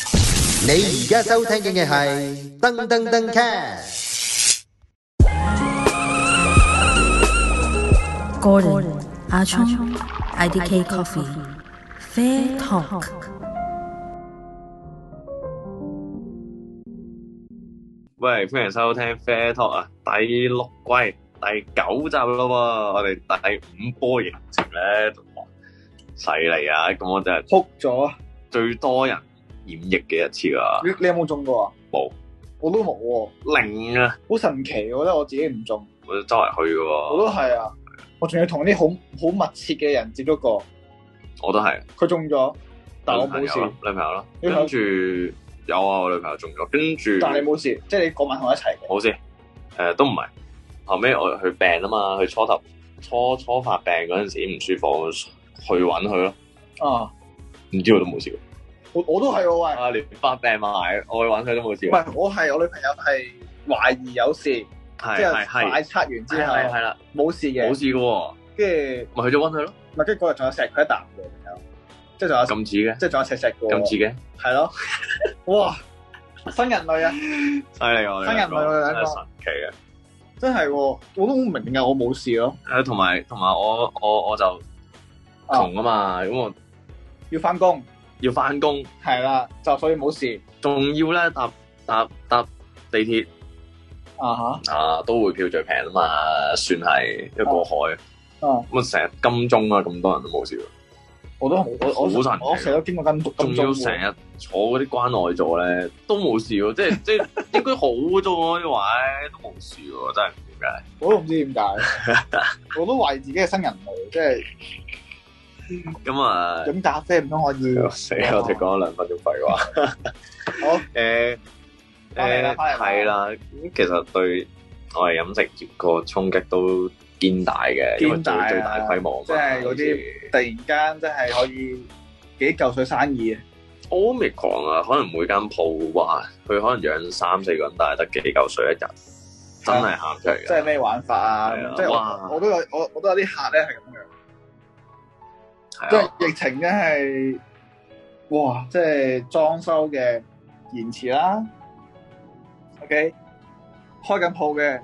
你而家收聽嘅係噔噔噔 cast。 Gordon, Ah Chong, IDK Coffee, Fair Talk. 喂，歡迎收聽 Fair Talk 啊，第六季第九集咯喎，我哋第五波疫情咧，哇犀利啊！咁我就係撲咗啊！最多人染疫嘅一次啊，你你有冇中過啊？冇，我都冇喎，零啊，好神奇，我覺得我自己唔中，我周圍去嘅我喎，都係啊，我仲要同啲好好密切嘅人接觸過，我都係，佢中咗，但我女冇朋友事咯，女朋友咯，女朋友跟住有啊，我女朋友中咗，跟住但你冇事，即係你嗰晚同我一齊嘅，冇事，誒都唔係，後尾我去病啊嘛，佢初頭初初發病嗰陣時唔舒服，我去揾佢咯，啊，唔知佢都冇事。我我都係喎啊，連發病埋，我去揾佢都冇事喂，唔。係我係我女朋友係懷疑有事，係之後係係快測完係之係後係啦，冇事嘅冇，事嘅喎，跟住咪去咗揾佢咯。咪跟住嗰日仲有錫佢一啖嘅，有即係仲有禁止嘅，啊即係仲有錫錫過禁，止嘅，係 咯，哇，新人類啊！犀利我哋新人兩類我個哋兩個真係神奇嘅。真係喎，我都唔明點解我冇事咯，誒，同埋同埋我我我就哦窮啊嘛，咁我要翻工。要翻工，係啦，就所以冇事仲要咧搭搭搭地鐵啊吓，啊，都會票最平啊嘛，算係一過海。哦咁啊，成日金鐘啊，咁多人都冇事喎。我都我我好神奇啊我成日都經過跟仲跟要蹤成喎，日坐嗰啲關外座咧，都冇事喎，即係 即係應該好咗嗰啲位都冇事喎，真係唔知點解。我都唔知點 解，我都懷疑自己係新人類，即係咁啊，飲咖啡唔通可以？死啦！我哋講咗兩分鐘廢 話。好誒翻嚟啦誒，翻嚟啦係啦。咁其實對我哋飲食業個衝擊都堅大嘅，因為堅大最啊最大規模啊即嘛。係嗰啲突然間即係可以幾嚿水生意啊！ Omicron 啊，可能每間鋪哇，佢可能養三四個人，但係得幾嚿水一日，真係喊出嚟即嘅。係咩玩法啊係啊？即係哇我我都有我我都有啲客咧係咁樣，即係啊，係疫情真係哇！即係裝修嘅延遲啦，OK，開緊鋪嘅，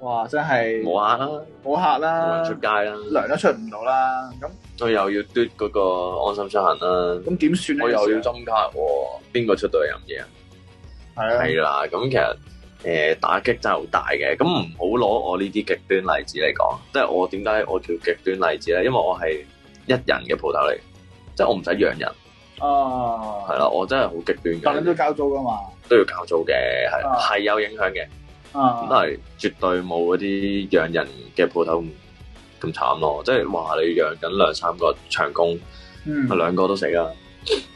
哇！真係冇客啦，冇客冇人啦出，街啦，糧都出唔到啦，咁我又要嘟嗰個安心出行啦，咁點算咧？我又要針卡喎，邊個出到去飲嘢啊？係啊，係啦，咁其實誒、呃打擊真係好大嘅，咁唔好攞我呢啲極端例子嚟講，即係我點解我叫極端例子咧？因為我係一人嘅鋪頭嚟，即係我唔使養人，哦，係啦，啊我真係好極但端你都要嘅，交租噶嘛，都要交租嘅，係啊係有影響嘅，咁但啊，係絕對冇嗰啲養人嘅鋪頭咁咁慘咯，即係話你養緊兩三個長工，嗯，兩個啊都死啦，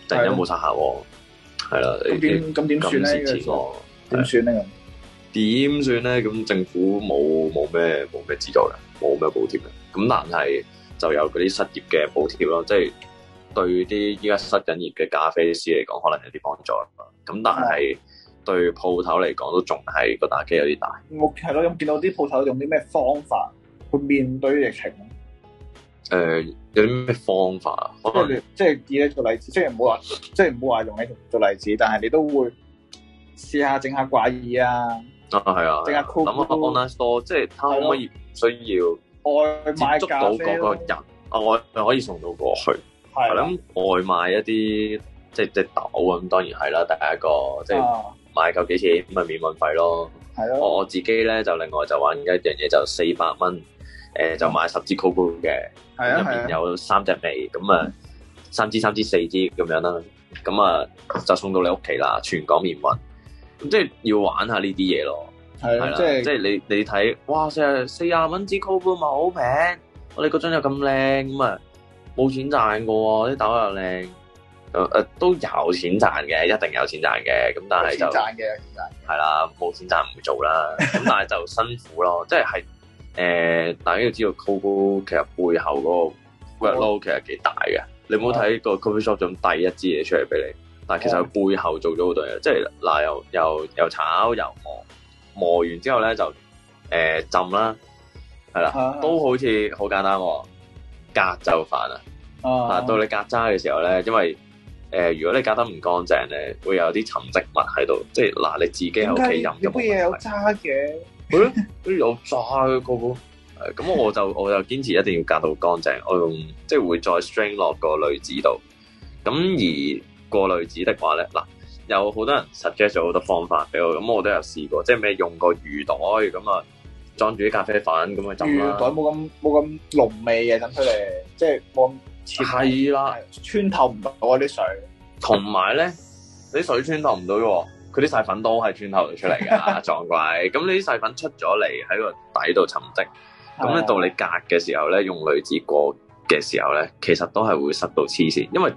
突然間冇晒客喎，係啦，咁你你點咁點算咁咧？先呢至個我。點算咧？點算咧？咁政府冇冇咩冇咩資助嘅，冇咩補貼嘅。咁但係就有嗰啲失業嘅補貼咯，即係對啲依家失緊業嘅咖啡師嚟講，可能有啲幫助啦。咁但係對鋪頭嚟講，都仲係個打擊有啲大。我係咯，咁見到啲鋪頭用啲咩方法去面對疫情？啊誒、有啲咩方法即啊？可能係即係以你做例子，雖然唔好話，即係唔好話用你做例子，但係你都會試下整下掛耳啊，啊，係啊，即刻係啊 cool 諗下 online store，即係他可唔可以唔需要外接賣觸咖到啡嗰個咯，人啊？我我可以送到過去。係係啦，啦咁外賣一啲即係即係豆啊咁，當然係啦。第一個即係啊，買夠幾錢咪免運費咯。係咯，我我自己咧就另外就玩一樣嘢，就四百蚊誒就買十支 Coco 嘅，嗯係入啊，嗯係邊啊，有三隻味，咁啊三支三支四支咁樣啦，咁啊就送到你屋企啦，全港免運。咁即係要玩下呢啲嘢咯，係係啦，啦，即係即。係你你睇，哇！四廿四廿蚊支 Coco 咪好平，我哋嗰樽又咁靚咁啊，冇錢賺噶喎，啲豆又靚，誒、誒都有錢賺嘅，一定有錢賺嘅，咁但係就有錢賺嘅，有錢賺係啦，冇錢賺唔會做 啦，咁但係就辛苦咯，即係係誒，大家要知道 Coco 其實背後嗰個 workload 其實幾大嘅，你唔啊好睇個 coffee shop 咁遞一支嘢出嚟俾你，但係其實佢背後做咗好多嘢，即係嗱又又又炒又磨，磨完之後咧就誒、呃浸啦，係啦，嘅，啊都好似好簡單喎，隔就飯啦，啊但係到你隔渣嘅時候咧，因為誒，如果你搞得唔乾淨咧，會有啲沉積物喺度，即係嗱你自己喺點屋解企呢飲呢有杯嘢有冇問題？渣嘅？都有渣嘅個個。誒咁我就我就堅持一定要隔到乾淨，我用即係會再 strain 落個濾紙度。咁而過濾紙的話咧，嗱有好多人 suggest 咗好多方法俾我，咁我都有試過，即係咩用個魚袋咁啊，裝住啲咖啡粉咁去浸魚啦袋。冇咁冇咁濃味嘅，飲出嚟即係冇咁切，係啊啦，穿透唔到嗰啲水。同埋咧，你水穿透唔到嘅喎，佢啲細粉都係穿透咗出嚟㗎，撞鬼！咁你啲細粉出咗嚟喺個底度沉積，咁係啊咧到你隔嘅時候咧，用濾紙過嘅時候咧，其實都係會塞到黐線，因為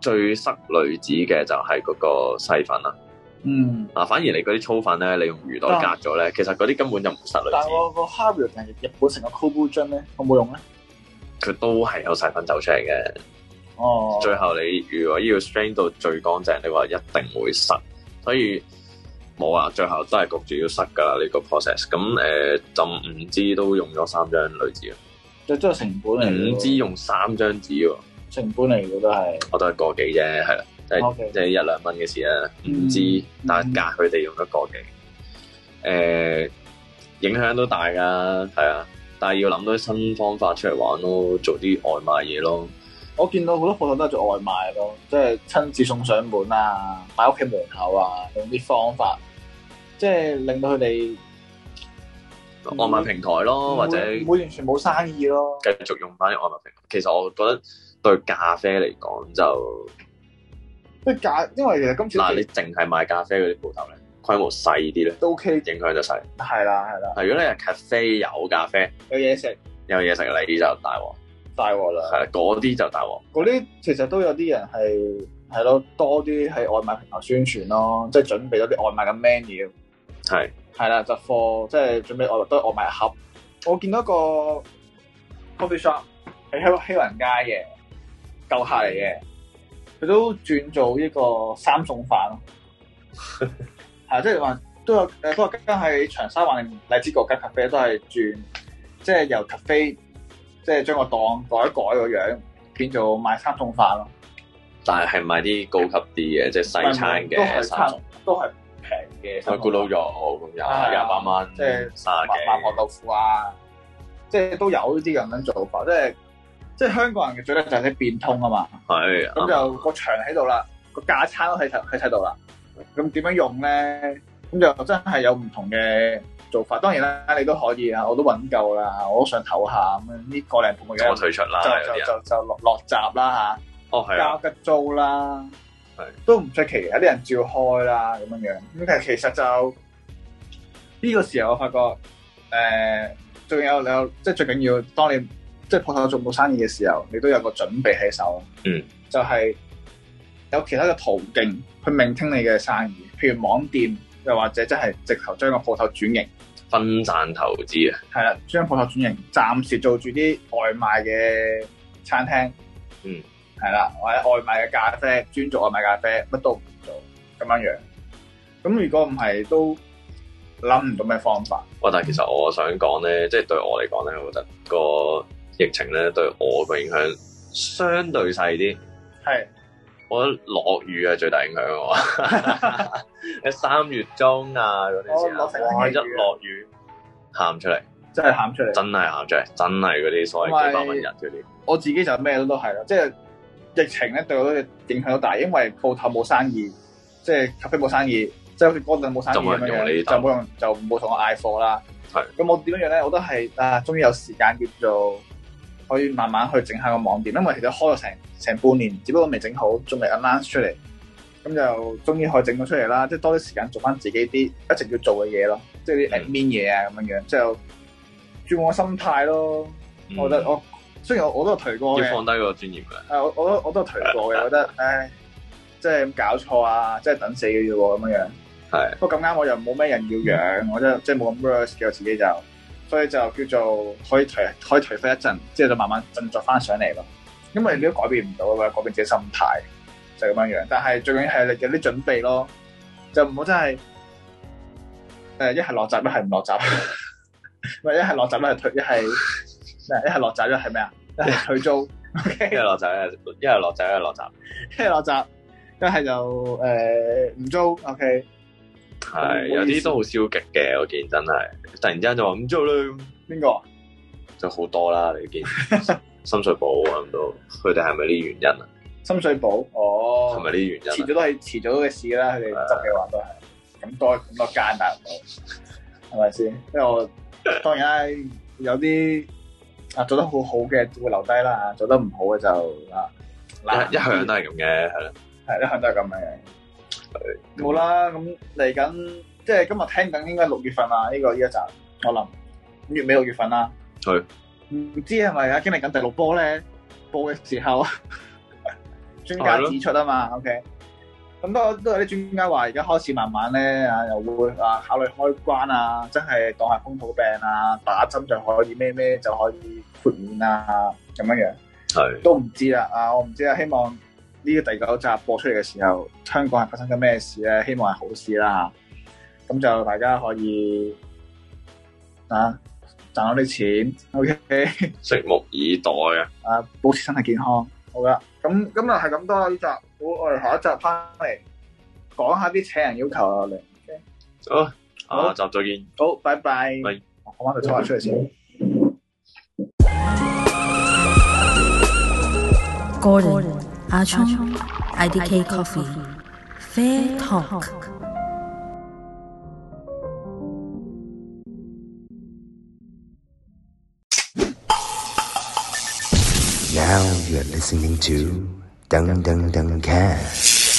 最塞濾紙嘅就係嗰個細粉啦。嗯，嗱，反而你嗰啲粗粉咧，你用魚袋隔咗咧，其實嗰啲根本就唔塞濾哦但係紙，我個 h a r r y 定係日本成個 c o b u 樽咧，好冇用咧？佢都係有細粉走出嚟嘅。哦，最後你如果要 strain 到最乾淨，你話一定會塞，所以冇啊，最後都係焗住要塞㗎啦呢個 process。咁誒、呃浸五支都用咗三張類紙，最都係成本嚟嘅喎，五支用三張紙喎，成本嚟嘅都係。我都係個幾啫，係啦，即係 OK，即係一兩蚊嘅事啦，嗯五支，嗯但係隔佢哋用咗個幾，誒、影響都大㗎，係啊，但係要諗到啲新方法出嚟玩咯，做啲外賣嘢咯。我見到好多鋪頭都係做外賣咯，即係親自送上門啊，擺屋企門口啊，用啲方法，即係令到佢哋嗯外賣平台咯，唔哦或會者唔會完全冇生意咯。繼續用翻啲外賣平台。其實我覺得對咖啡嚟講就即係價，因為其實今次嗱，你淨係賣咖啡嗰啲鋪頭咧，規模細啲咧，都 OK，影響就細。係啦係啦，但如果你係 cafe 有咖啡有嘢食有嘢食，你就大鑊，大鑊啦。係啦啊嗰啲就大鑊。嗰啲其實都有啲人係係咯，多啲喺外賣平台宣傳咯，即係準備咗啲外賣嘅 menu，係係啦，就貨即係準備外都係外賣盒。我見到一個 coffee shop 喺希希雲街嘅舊客嚟嘅，佢都轉做呢個三餸飯咯， 係即係話都有誒，都有間喺長沙灣定荔枝角間咖啡都係轉，即係由咖啡即係將個檔改一改個樣，變做賣三餸飯咯。但係係賣啲高級啲嘅，即係西餐都係嘅餐三，都係平嘅餸，咕嚕肉咁有啊廿八蚊，即係卅麻麻婆幾。豆腐啊，即係都有呢啲咁樣做法，即係即係香港人嘅最叻就係啲變通啊嘛，係咁就個場喺度啦，個架餐都喺晒喺晒度啦，咁點樣用咧？咁就真係有唔同嘅做法，當然啦，你都可以啊，我都揾夠啦，我都想唞下咁樣，呢個零半個月啱我退出啦，就有就啲人就就落落閘啦嚇。哦係啊，交吉租啦係，都唔出奇嘅，有啲人照開啦咁樣樣。咁但係其實就呢、個時候，我發覺誒，仲、有你有即係最緊要，當你即係鋪頭做冇生意嘅時候，你都有個準備喺手。嗯，就係有其他嘅途徑去明聽你嘅生意，譬如網店，又或者即係直頭將個鋪頭轉型。分散投資啊，係啦，將鋪頭轉型，暫時做住啲外賣嘅餐廳，嗯，係啦，或者外賣嘅咖啡，專做外賣咖啡，乜都唔做咁樣樣。咁如果唔係，都諗唔到咩方法。哇！但係其嗯實我想講咧，即係對我嚟講咧，我覺得個疫情咧對我個影響相對細啲。係我覺得落雨係最大影響我。 喺 三月中啊嗰陣時我落成啊，哇！個一雨啊落雨喊出嚟，真係喊出嚟。真係喊出嚟，真係嗰啲所謂幾百蚊人嗰啲。我自己就咩都係啦，即係疫情咧對我都影響好大，因為鋪頭冇生意，即係咖啡冇生意，即係好似嗰陣冇生意咁就冇樣人用你樣，就冇用就冇同我嗌貨啦。係咁我點樣樣咧？我都係啊，終於有時間叫做可以慢慢去整下個網店，因為其實開咗成成半年，只不過未整好，仲未 announce 出嚟。咁就終於可以整到出嚟啦，即係多啲時間做翻自己啲一直要做嘅嘢咯，即係啲嗯 admin 嘢啊咁樣樣，之後轉我心態咯。嗯我覺得我哦雖然我我都有頹過嘅要，放低個專業嘅，誒我我都我都有頹過嘅，覺得唉，即係咁搞錯啊，即係等死嘅啫喎咁樣樣。係不過咁啱我又冇咩人要養，我真係即係冇咁 worse 嘅我自己就，所以就叫做可以頹可以頹廢一陣，之後就慢慢振作翻上嚟咯。因為你都改變唔到啊嘛，改變自己心態就係咁樣樣。但係最緊要係你有啲準備咯，就唔好真係誒一係落閘一係唔落閘， 咪一係落閘一係退一係咩啊一係落閘一係咩啊一係退租。一係落閘，一係一係落閘，一係落閘。一係落閘，一係就誒唔租，OK。係有啲都好消極嘅，我見真係突然之間就話唔做啦，邊個啊？就好多啦。你見深水埗啊咁都，佢哋係咪呢原因啊？深水埗，哦，係咪呢原因遲啊？早都係遲早嘅事啦。佢哋執嘅話都係咁多咁多間大佬，係咪先？因為我當然啦，有啲啊做得好好嘅會留低啦，做得唔好嘅就啊一一向都係咁嘅，係啦。係一向都係咁嘅。冇啦，咁嚟緊即係今日聽緊應該六月份啦，呢、個呢一集我諗五月尾六月份啦。係唔知係咪啊？經歷緊第六波咧，報嘅時 候，啊專家係咯指出啊嘛。OK，咁都都有啲專家話，而家開始慢慢咧啊，又會啊考慮開關啊，真係當係風土病啊，打針就可以咩咩就可以豁免啊咁樣樣。係都唔知啦啊！我唔知啊，希望呢個第九集播出嚟嘅時候，香港係發生緊咩事咧？希望係好事啦嚇。咁就大家可以啊賺到啲錢，OK 拭目以待啊！啊，保持身體健康。好啦，咁今日係咁多啦呢集，我我哋下一集翻嚟講下啲請人要求啊，嚟好，好下哦啊集再見。好，拜拜。拜我翻去拖下出嚟先。 Gordon, Achong, IDK Coffee, Fair Talk. Now you are listening to Dung Dung Dung Cat.